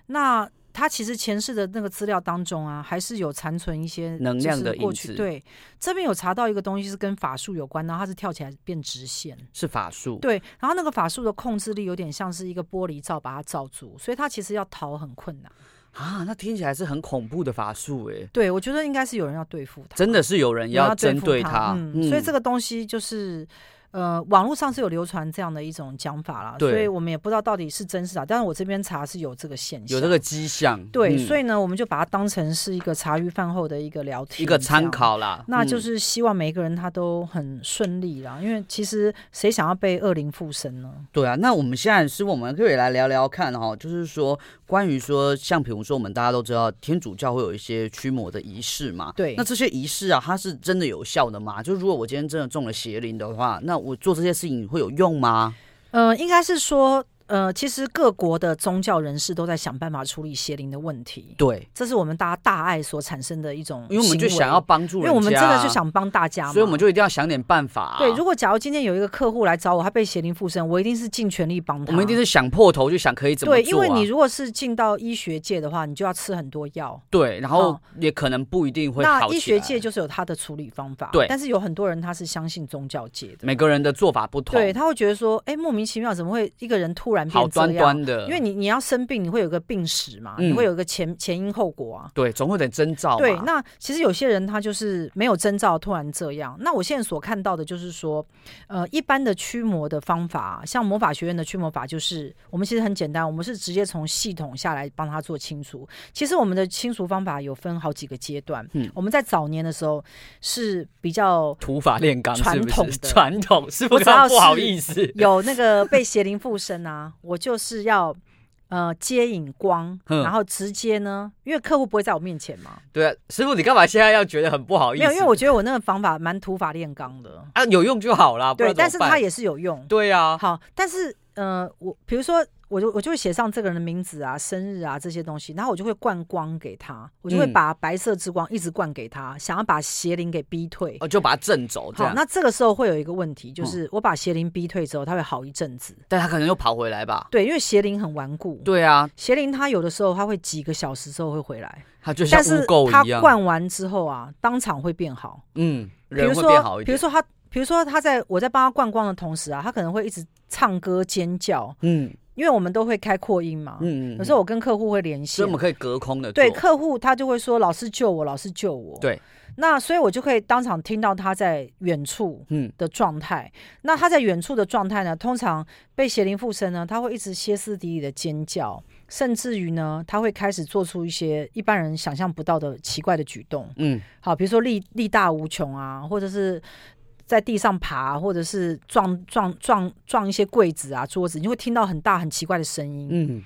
那。他其实前世的那个资料当中啊，还是有残存一些能就量是的过影去子对，这边有查到一个东西是跟法术有关，然后它是跳起来变直线。是法术。对，然后那个法术的控制力有点像是一个玻璃罩把它罩住，所以它其实要逃很困难。啊，那听起来是很恐怖的法术诶，对，我觉得应该是有人要对付它，真的是有人有人要针付对它。他，嗯，所以嗯这个东西就是。呃，网络上是有流传这样的一种讲法啦，所对以我们也不知道到底是真是假。但是我这边查是有这个现象，有这个迹象，对，嗯所以呢，我们就把它当成是一个茶余饭后的一个聊天，一个参。考啦。那就嗯是希望每一个人他都很顺利啦，因为其实谁想要被恶灵附身呢？对啊。那我们现在是我们可以来聊聊看哈、就是说关于说像比如说我们大家都知道天主教会有一些驱魔的仪式嘛，对那这些仪式啊，它是真的有效的吗？就如果我今天真的中了邪灵的话，那我做这些事情会有用吗？呃，应该是说，呃，其实各国的宗教人士都在想办法处理邪灵的问题，对，这是我们大家大爱所产生的一种行为，因为我们就想要帮助因人为家，我们真的就，想帮大家嘛，所以我们就一定要想点办法啊、对。如果假如今天有一个客户来找我，他被邪灵附身，我一定是尽全力帮他，我们一定是想破头就想可以怎么做、啊，对，因为你如果是进到医学界的话，你就要吃很多药。对，然后哦也可能不一定会好那起来。医学界就是有他的处理方法，对但是有很多人他是相信宗教界的，每个人的做法不同，对，他会觉得说，哎，莫名其妙怎么会一个人突突然好变这样，端端的，因为你你要生病，你会有个病史嘛，你嗯会有个前前因后果啊。对总会有点征兆嘛。对，那其实有些人他就是没有征兆，突然这样。那我现在所看到的就是说，呃，一般的驱魔的方法，像魔法学院的驱魔法，就是我们其实很简单，我们是直接从系统下来帮他做清除。其实我们的清除方法有分好几个阶段。嗯我们在早年的时候是比较土法炼钢是不传是统的 传统？是不我是知道不好是意思？有那个被邪灵附身啊，我就是要。呃，接引光，嗯然后直接呢，因为客户不会在我面前嘛，对啊，师傅，你干嘛现在要觉得很不好意没思？有，因为我觉得我那个方法蛮土法炼钢的，啊有用就好啦。不对，然怎么但是它办也是有用。对啊，好，但是呃，我比如说，我就我就会写上这个人的名字啊、生日啊这些东西，然后我就会灌光给他，我就会嗯把白色之光一直灌给他，想要把邪灵给逼退。哦就把它震走这好，样。嗯那这个时候会有一个问题，就是我把邪灵逼退之后，他会好一阵子。但他可能又跑回来吧？对，因为邪灵很顽固，对啊，邪灵它有的时候它会几个小时之后会回来，他就像但污是垢它一样。灌完之后啊，当场会变好。嗯，比如人会变好说，一比如点。说他，比如说他在我在帮他灌光的同时啊，他可能会一直唱歌尖叫，嗯因为我们都会开扩音嘛。嗯，嗯有时候我跟客户会联系所以我，们可以隔空的对客户他就会说：“老师救我，老师救我。”对，那所以我就可以当场听到他在远处。嗯，的状态，那他在远处的状态呢？通常被邪灵附身呢，他会一直歇斯底里的尖叫，甚至于呢，他会开始做出一些一般人想象不到的奇怪的举动。嗯，好，比如说力力大无穷啊，或者是在地上爬，或者是撞撞撞撞一些柜子啊、桌子，你会听到很大很奇怪的声音。嗯，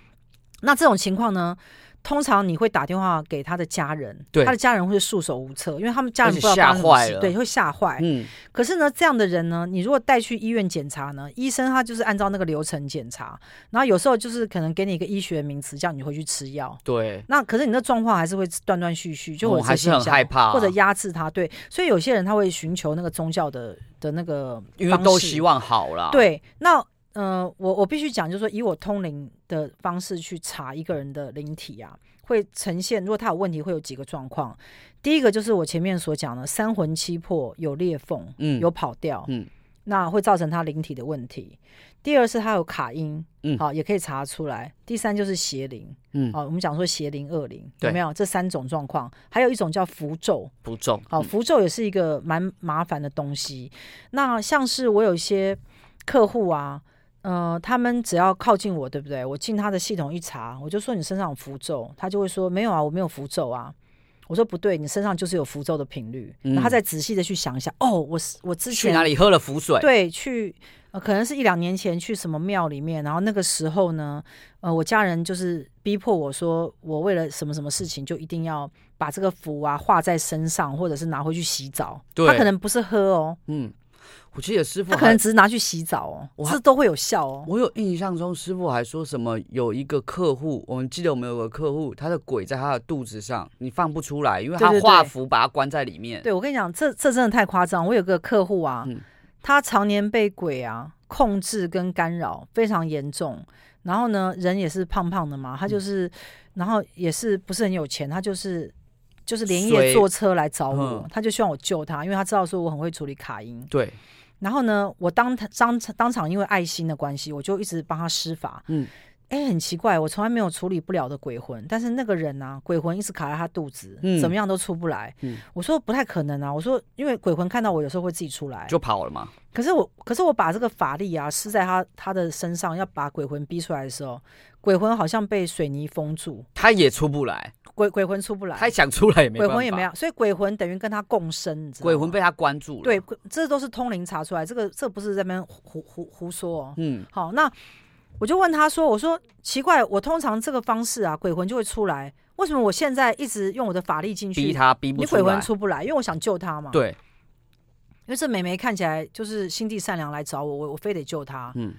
那这种情况呢，通常你会打电话给他的家人，对他的家人会束手无策，因为他们家人而不且知道发生什么吓坏事了对，会吓坏。嗯，可是呢，这样的人呢，你如果带去医院检查呢，医生他就是按照那个流程检查，然后有时候就是可能给你一个医学名词，叫你回去吃药。对，那可是你的状况还是会断断续续，就哦会有还这是现很象害怕或者压制他。对，所以有些人他会寻求那个宗教的的那个，因为都方式希望啊好啦。，对，那呃，我我必须讲，就是说以我通灵的方式去查一个人的灵体啊，会呈现如果他有问题，会有几个状况。第一个就是我前面所讲的三魂七魄有裂缝，嗯，有跑掉，嗯那会造成他灵体的问题。第二是他有卡音，嗯好、也可以查出来。第三就是邪灵，嗯好、我们讲说邪灵、恶灵有对没有这三种状况？还有一种叫符咒，不重。嗯好、符咒也是一个蛮麻烦的东西。那像是我有一些客户啊，呃，他们只要靠近我，对不对？我进他的系统一查，我就说你身上有符咒，他就会说没有啊，我没有符咒啊。我说不对，你身上就是有符咒的频率。嗯然后他再仔细的去想一下，哦，我是我之嗯前去哪里喝了符水？对，去、呃、可能是一两年前去什么庙里面，然后那个时候呢，呃，我家人就是逼迫我说，我为了什么什么事情，就一定要把这个符啊画在身上，或者是拿回去洗澡。对他可能不是喝哦，嗯，我记得师傅他可还能只是拿去洗澡我哦，还这都会有效哦。我有印象中，师傅还说什么有一个客户，我们记得我们有个客户，他的鬼在他的肚子上，你放不出来，因为他对对对画符把它关在里面。对，我跟你讲，这这真的太夸张。我有个客户啊，嗯他常年被鬼啊控制跟干扰，非常严重。然后呢，人也是胖胖的嘛，他嗯就是，然后也是不是很有钱，他就是就是连夜随坐车来找我嗯，他就希望我救他，因为他知道说我很会处理卡音。对然后呢，我当当当场因为爱心的关系，我就一直帮他施法。嗯嗯，哎、很奇怪，我从来没有处理不了的鬼魂，但是那个人啊，鬼魂一直卡在他肚子，嗯怎么样都出不来。嗯我说不太可能啊，我说因为鬼魂看到我有时候会自己出来，就跑了嘛。可是我可是我把这个法力啊施在他他的身上，要把鬼魂逼出来的时候，鬼魂好像被水泥封住，他也出不来，鬼鬼魂出不来他，想出来也哎没鬼办法。魂也没有，所以鬼魂等于跟他共生，你知道吗鬼魂被他关住了。对，，鬼这都是通灵查出来，这个这不是在那边胡胡胡说哦。嗯，好，那我就问他说：“我说奇怪，我通常这个方式啊，鬼魂就会出来，为什么我现在一直用我的法力进逼去，他逼不你出鬼魂来。出不来？因为我想救他嘛。，对，因为这美眉看起来就是心地善良，来找我，我我非得救她。嗯，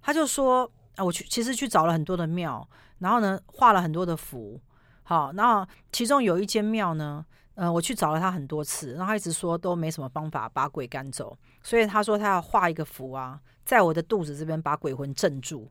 她就说啊，我去其实去找了很多的庙，然后呢画了很多的符，好，那其中有一间庙呢。”呃，我去找了她很多次，然后她一直说都没什么方法把鬼赶走，所以她说她要画一个符啊，在我的肚子这边把鬼魂镇住，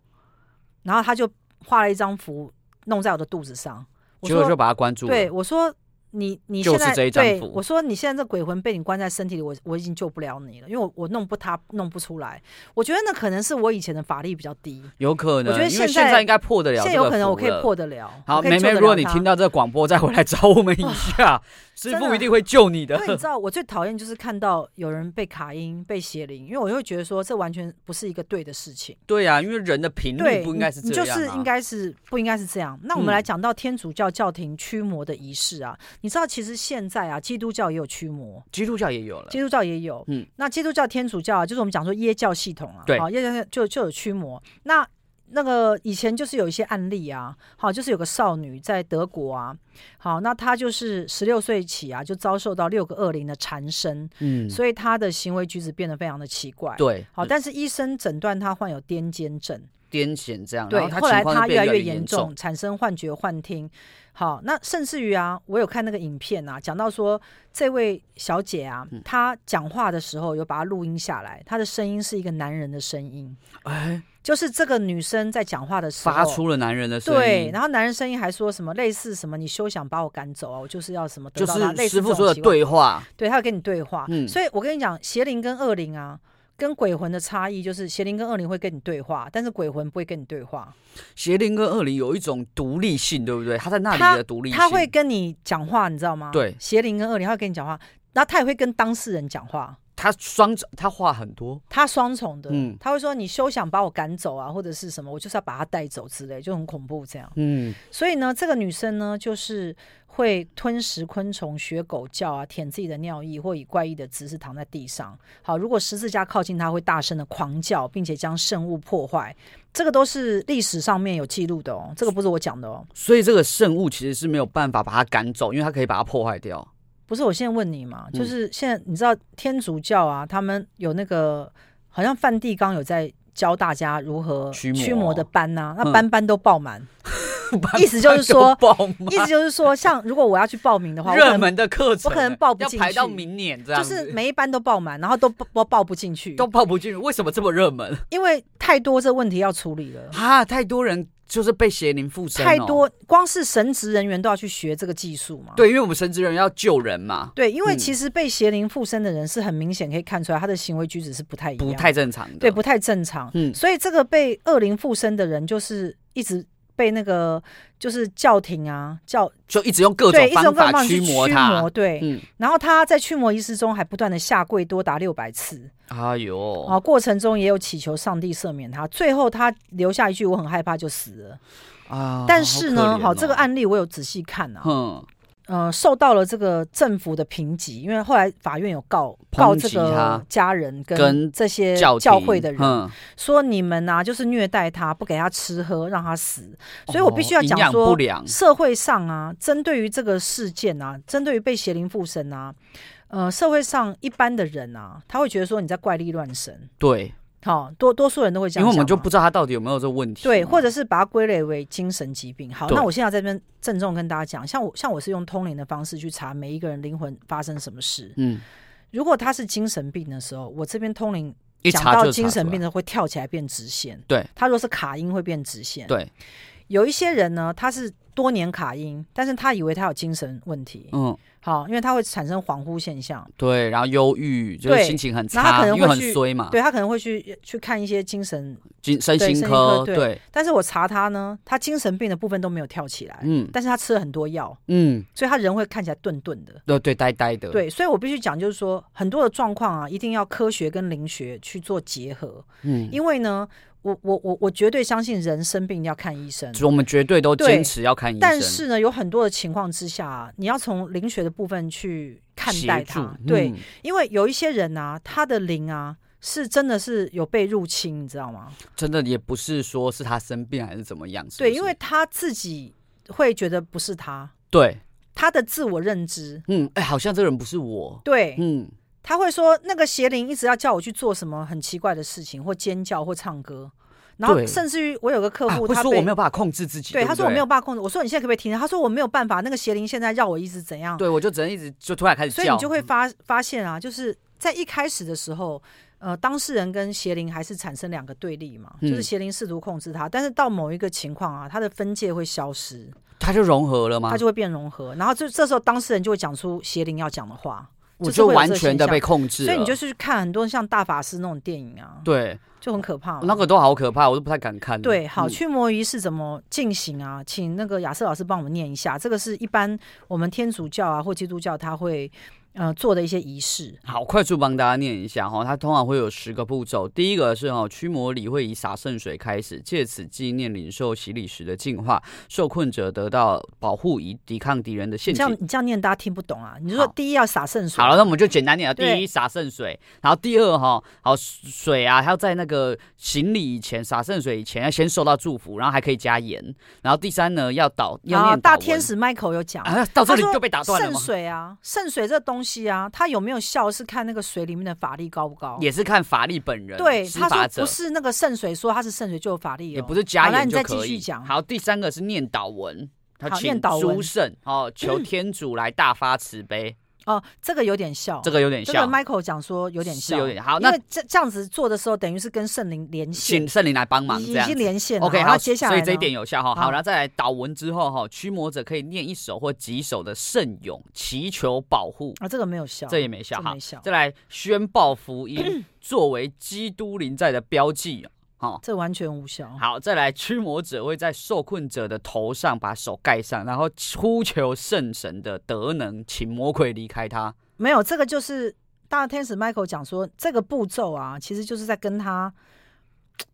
然后她就画了一张符弄在我的肚子上。我结果说就把他关住了。对，我说你你就现是在这一张对符我说，你现在这鬼魂被你关在身体里，我我已经救不了你了，因为我我弄不他弄不出来。我觉得那可能是我以前的法力比较低，有可能，我觉得因现为在现在应该破得了现啊这在个有可能符我可以了破得了。好，我可以梅救梅，得如了果你他听到这个广播，再回来找我们一下，师真傅的啊一定会救你的因。为 你知道，我最讨厌就是看到有人被卡音、被邪灵，因为我就会觉得说这完全不是一个对的事情。对啊，因为人的频率对，不应该是这你样、啊，就是应该是不应该是这样。那我们嗯来讲到天主教教廷驱魔的仪式啊，你知道其实现在啊，基督教也有驱魔，基督教也有了，基督教也有。嗯嗯，那基督教、天主教啊，就是我们讲说耶教系统啊，对好耶教就就有驱魔。那那个以前就是有一些案例啊，好，就是有个少女在德国啊，好，那她就是十六岁起啊，就遭受到六个恶灵的缠身，嗯，所以她的行为举止变得非常的奇怪。对，好，但是医生诊断她患有癫痫症。癫痫这样，然对，后后情来况就他变来得越越严重，，产生幻觉、幻听。好，那甚至于啊，我有看那个影片啊，讲到说这位小姐啊，嗯她讲话的时候有把它录音下来，她的声音是一个男人的声音，哎，就是这个女生在讲话的时候发。出了男人的声音，对，然后男人声音还说什么类似什么，你休想把我赶走啊！我就是要什么得就到他，类似是师这傅种说的奇怪，对话，对，他有跟你对话。嗯所以我跟你讲，邪灵跟恶灵啊，跟鬼魂的差异就是邪灵跟恶灵会跟你对话，但是鬼魂不会跟你对话。邪灵跟恶灵有一种独立性，对不对？他在那里他的独立性，他会跟你讲话，你知道吗？对邪灵跟恶灵他会跟你讲话，然后他也会跟当事人讲话，他双他话很多，他双重的，嗯他会说你休想把我赶走啊，或者是什么，我就是要把他带走之类，就很恐怖这样。嗯，所以呢，这个女生呢，就是会吞食昆虫、学狗叫啊，舔自己的尿液，或以怪异的姿势躺在地上。好，如果十字架靠近她，会大声的狂叫，并且将圣物破坏。这个都是历史上面有记录的哦，这个不是我讲的哦。所以这个圣物其实是没有办法把他赶走，因为他可以把它破坏掉。不是，我现在问你嘛，嗯就是现在你知道天主教啊，他们有那个好像梵蒂冈有在教大家如何驱魔驱魔的班呐、嗯那班班都爆 满，意思就是说爆意思就是说，像如果我要去报名的话，我可热能门的课程，欸我可能报不要进排到去明年这样就子，是每一班都爆满，然后都不都报不进去，都报不进去，为什么这么热门因为太多这问题要处理了。啊？太多人就是被邪灵附身、嗯哦，太多，光是神职人员都要去学这个技术嘛。对，因为我们神职人要救人嘛，对，因为嗯其实被邪灵附身的人是很明显可以看出来，他的行为举止是不太一样不的，太正常的。对，不太正常。嗯所以这个被恶灵附身的人，就是一直被那个就是教廷啊教就一直用各对种一种各种法方式驱去魔驱他魔。对，嗯，然后他在驱魔仪式中还不断的下跪多达六百次，哎呦，啊，过程中也有祈求上帝赦免他，最后他留下一句我很害怕就死了。啊，但是呢，好可怜哦好这个，案例我有仔细看啊，哼，呃，受到了这个政府的评级，因为后来法院有告告抨这击他个家人跟跟这些教呃教廷会的人，嗯说你们啊，就是虐待他，不给他吃喝，让他死。所以我必须要哦营养讲说，不良，社会上啊，针对于这个事件啊，针对于被邪灵附身啊，呃，社会上一般的人啊，他会觉得说你在怪力乱神，对，好、多多数人都会这因样为想嘛，我们就不知道啊他到底有没有这问题嘛，对，或者是把它归类为精神疾病。好，对那我现在在这边郑重跟大家讲，像我像我是用通灵的方式去查每一个人灵魂发生什么事。嗯，如果他是精神病的时候，我这边通灵一讲查到就精查出神来病，的会跳起来变直线，对，他若是卡音会变直线，对，有一些人呢，他是多年卡音，但是他以为他有精神问题，嗯，好，因为他会产生恍惚现象，对，然后忧郁，就是对心情很然后他差，可能因为会很去衰嘛，对他可能会去去看一些精神，精，身对心身心科，科对对，但是我查他呢，他精神病的部分都没有跳起来，嗯但是他吃了很多药，嗯，所以他人会看起来顿顿的。对对，呆呆的，，对，所以我必须讲，就是说很多的状况啊，一定要科学跟灵学去做结合，嗯，因为呢，我我我我绝对相信人生病一定要看医生，就我们绝对都对坚持要看医生，但是呢，有很多的情况之下啊、你要从灵学的部分去看协待助它。对，嗯因为有一些人啊，他的灵啊是真的是有被入侵，你知道吗？真的也不是说是他生病还是怎么样，是不对，是因为他自己会觉得不是他，对，他的自我认知，嗯，哎，好像这个人不是我，对，嗯，他会说那个邪灵一直要叫我去做什么很奇怪的事情，或尖叫或唱歌，然后对甚至于我有个客啊，户，会他说我被没有办法控制自己，对对，他说我没有，办法控制，我说你现在可不可以停？他说我没有办法，那个邪灵现在让我一直怎样，对我就只能一直就突然开始所以你叫，就会发发现啊，就是在一开始的时候，呃，当事人跟邪灵还是产生两个对立嘛，嗯就是邪灵试图控制他，但是到某一个情况啊，他的分界会消失，它就融合了吗？它就会变融合，然后就这时候当事人就会讲出邪灵要讲的话，我就是就会有这完个全现的被象控制了。所以你就是去看很多像大法师那种电影啊，对哦就很可怕嘛。那个都好可怕，我都不太敢看了。对，好，嗯驱魔仪式怎么进行啊？请那个亚瑟老师帮我们念一下，这个是一般我们天主教啊或基督教他会呃做的一些仪式。好，快速帮大家念一下哈，它通常会有十个步骤。第一个是哈，驱魔礼会以洒圣水开始，借此纪念领受洗礼时的净化，受困者得到保护以抵抗敌人的陷你这样阱。你这样念大家听不懂啊？你就说好第一要洒圣水，好了，那我们就简单点啊。第对一，洒圣水，然后第二哈，好水啊，它要在那个行礼以前，洒圣水以前要先受到祝福，然后还可以加盐。然后第三呢，要祷要啊，念大祷天文使 Michael 有讲。啊，到这他里说就被打断了圣吗？水啊，圣水这东西啊，它有没有效是看那个水里面的法力高不高。也是看法力本人，对，施他法说者不是那个圣水，说它是圣水就有法力、哦，也不是加好那盐你就再可继续以。讲好，第三个是念祷文，他好请念祷文诸圣哦，求天主来大发慈悲，哦，这个有点效，这个有点这个像， Michael 讲说有点是效，有点好。因那为这这样子做的时候，等于是跟圣灵连线请，圣灵来帮忙，已这已样经子。连线了。 OK，然后好，接下来所以呢这一点有效哈。好好，然后再来祷文之后哈，驱魔者可以念一首或几首的圣咏，祈求保护，啊，这个没有效，这也没效这哈没。效，再来宣报福 音，作为基督临在的标记哦。这完全无效。好，再来，驱魔者会在受困者的头上把手盖上，然后呼求圣神的德能，请魔鬼离开他。没有这个就是大天使 Michael 讲说，这个步骤啊，其实就是在跟他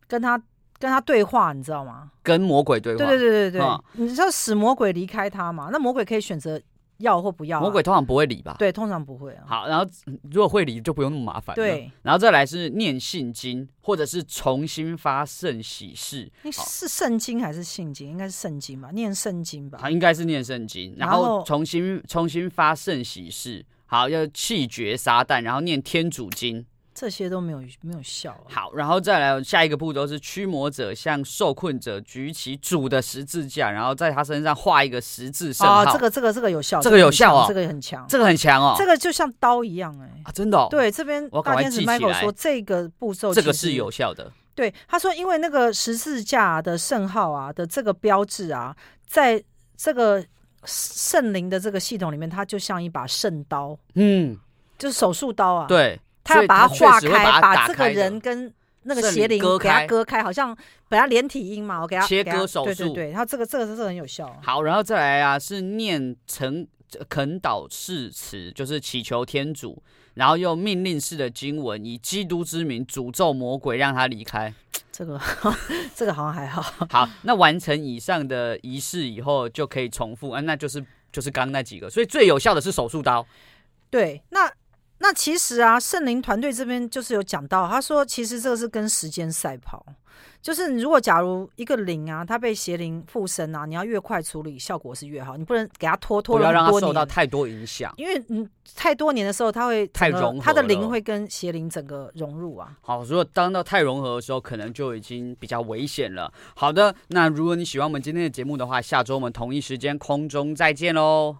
跟他跟他对话，你知道吗？跟魔鬼对话。对对对对对嗯，你知道使魔鬼离开他嘛？那魔鬼可以选择要或不要啊、魔鬼通常不会理吧？对，通常不会啊。好，然后嗯如果会理，就不用那么麻烦。。对，然后再来是念信经，或者是重新发圣喜事。你好是圣经还是信经？应该是圣经吧，念圣经吧。他应该是念圣经，然然后后重新重新发圣喜事。好，要气绝撒旦，然后念天主经。这些都没有没有效、啊。好，然后再来下一个步骤是驱魔者向受困者举起主的十字架，然后在他身上画一个十字圣号。啊，这个这个这个有效，这个有效哦这个很强，这这个很强哦，个很强这个就像刀一样哎、啊真的、哦，，对，这边我要赶大快天使记起 Michael 来说，这个步骤这个其实是有效的。对他说，因为那个十字架的圣号啊的这个标志啊，在这个圣灵的这个系统里面，它就像一把圣刀，嗯，就是手术刀啊。，对，他要所以把它它划确实会开，把它打这个开的人跟那个圣邪灵灵割给它开割开，好像本来连体婴嘛，我给他切给它割手术对对对，他这个这个这个很有效啊。好，然后再来啊，是念成恳祷誓词，就是祈求天主，然后用命令式的经文，以基督之名诅咒魔鬼，让他离开。这个 这个好像还好。好，那完成以上的仪式以后，就可以重复啊，那就是就是刚刚那几个，所以最有效的是手术刀。对，那那其实啊，圣灵团队这边就是有讲到，他说其实这个是跟时间赛跑，就是你如果假如一个灵啊，它被邪灵附身啊，你要越快处理，效果是越好，你不能给它拖拖不要了让很他多受到年。太多影响。因为嗯，太多年的时候，它会太整个融合它的了灵会跟邪灵整个融入啊。好，如果当到太融合的时候，可能就已经比较危险了。好的，那如果你喜欢我们今天的节目的话，下周我们同一时间空中再见喽。